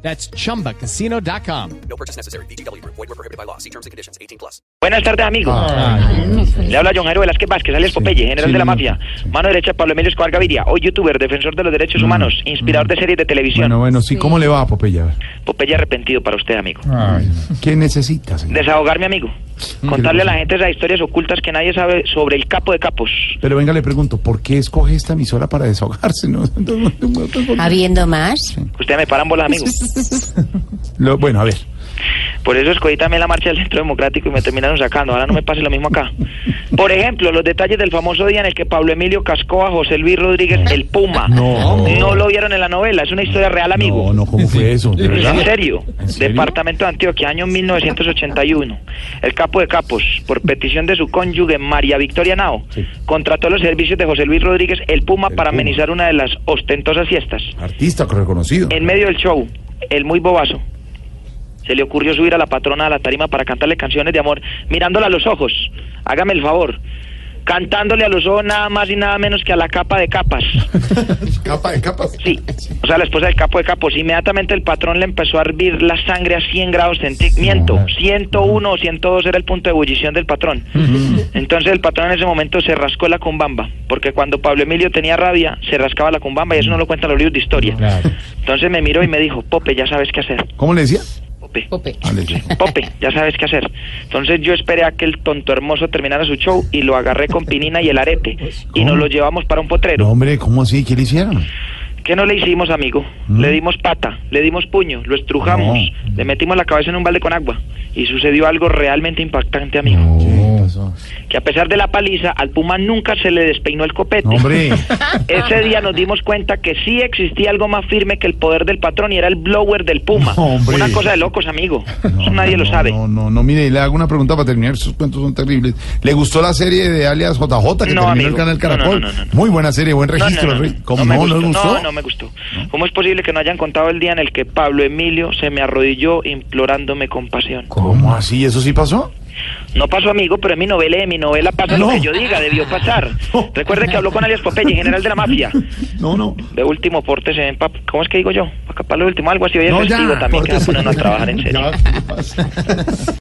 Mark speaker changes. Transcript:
Speaker 1: That's chumbacasino.com.
Speaker 2: No purchase necessary. BGW. Void were prohibited by law. See terms and conditions. 18 plus.
Speaker 3: Buenas tardes, amigos.
Speaker 4: Ah.
Speaker 3: Le habla John Jairo Velázquez Vázquez, alias Popeye, general de la mafia. Mano derecha, Pablo Emilio Escobar Gaviria. Hoy youtuber, defensor de los derechos humanos, inspirador de series de televisión.
Speaker 4: Mm. Bueno, bueno, sí, ¿cómo le va a Popeya?
Speaker 3: Popeye arrepentido para usted, amigo.
Speaker 4: Ah. ¿Qué necesitas?
Speaker 3: Desahogarme, amigo.
Speaker 4: Mm.
Speaker 3: Contarle a la gente esas historias ocultas que nadie sabe sobre el capo de capos.
Speaker 4: Pero venga, le pregunto, ¿por qué escoge esta emisora para desahogarse? No?
Speaker 5: Habiendo más,
Speaker 3: Ustedes me paran bolas, amigo.
Speaker 4: Lo- bueno, a ver.
Speaker 3: Por eso escogí también la marcha del Centro Democrático y me terminaron sacando. Ahora no me pase lo mismo acá. Por ejemplo, los detalles del famoso día en el que Pablo Emilio cascó a José Luis Rodríguez el Puma.
Speaker 4: No.
Speaker 3: No lo vieron en la novela, es una historia real, amigo.
Speaker 4: No, no, ¿cómo fue eso? ¿De verdad?
Speaker 3: ¿En serio?
Speaker 4: ¿En serio?
Speaker 3: Departamento de Antioquia, año 1981. El capo de capos, por petición de su cónyuge María Victoria Nao,
Speaker 4: Sí.
Speaker 3: contrató los servicios de José Luis Rodríguez, el Puma,
Speaker 4: El
Speaker 3: para
Speaker 4: Puma.
Speaker 3: amenizar una de las ostentosas fiestas.
Speaker 4: Artista reconocido.
Speaker 3: En medio del show, el muy bobazo se le ocurrió subir a la patrona a la tarima para cantarle canciones de amor, mirándola a los ojos. Hágame el favor. Cantándole a los ojos nada más y nada menos que a la capa de capas.
Speaker 4: Capa de capas.
Speaker 3: Sí, o sea, la esposa del capo de capos. Inmediatamente el patrón le empezó a hervir la sangre a 100 grados centígrados. Miento, 101 o 102 era el punto de ebullición del patrón. Entonces el patrón en ese momento se rascó la cumbamba, porque cuando Pablo Emilio tenía rabia, se rascaba la cumbamba y eso no lo cuentan los libros de historia.
Speaker 4: Claro.
Speaker 3: Entonces me miró y me dijo, Pope, ya sabes qué hacer.
Speaker 4: ¿Cómo le decía?
Speaker 3: Pope.
Speaker 5: Pope.
Speaker 4: Ah, le decía.
Speaker 3: Pope, ya sabes qué hacer. Entonces yo esperé a que el tonto hermoso terminara su show y lo agarré con Pinina y el arete y nos lo llevamos para un potrero.
Speaker 4: No, hombre, ¿cómo así? ¿Qué le hicieron?
Speaker 3: ¿Qué no le hicimos, amigo? Le dimos pata, le dimos puño, lo estrujamos,
Speaker 4: ¿Mm? No.
Speaker 3: le metimos la cabeza en un balde con agua. Y sucedió algo realmente impactante, amigo.
Speaker 4: ¿Qué pasó?
Speaker 3: Que a pesar de la paliza, al Puma nunca se le despeinó el copete.
Speaker 4: No, hombre.
Speaker 3: Ese día nos dimos cuenta que sí existía algo más firme que el poder del patrón y era el blower del Puma.
Speaker 4: No, hombre.
Speaker 3: Una cosa de locos, amigo. Eso
Speaker 4: No,
Speaker 3: nadie lo
Speaker 4: no,
Speaker 3: sabe.
Speaker 4: No, no, no, mire, le hago una pregunta para terminar, sus cuentos son terribles. ¿Le gustó la serie de alias JJ que terminó
Speaker 3: amigo.
Speaker 4: el canal
Speaker 3: No, no,
Speaker 4: Caracol?
Speaker 3: no, no, no.
Speaker 4: Muy buena serie, buen
Speaker 3: No,
Speaker 4: registro.
Speaker 3: no, no,
Speaker 4: re-
Speaker 3: no. No
Speaker 4: ¿Cómo
Speaker 3: me
Speaker 4: no, le
Speaker 3: gustó,
Speaker 4: gustó?
Speaker 3: No, no me gustó. ¿Cómo es posible que no hayan contado el día en el que Pablo Emilio se me arrodilló implorándome compasión?
Speaker 4: ¿Cómo así? ¿Eso sí pasó?
Speaker 3: No pasó, amigo, pero en mi novela, en mi novela pasa lo
Speaker 4: No.
Speaker 3: que yo diga, debió pasar.
Speaker 4: No.
Speaker 3: Recuerde que habló con alias Popeye, general de la mafia.
Speaker 4: No, no.
Speaker 3: De último, pórtese en pap... ¿Cómo es que digo yo? Para lo último, algo así. Hoy es
Speaker 4: No, ya,
Speaker 3: festivo también, que va a
Speaker 4: pórtese.
Speaker 3: ponernos a trabajar en serio.
Speaker 4: Ya, ¿qué pasa?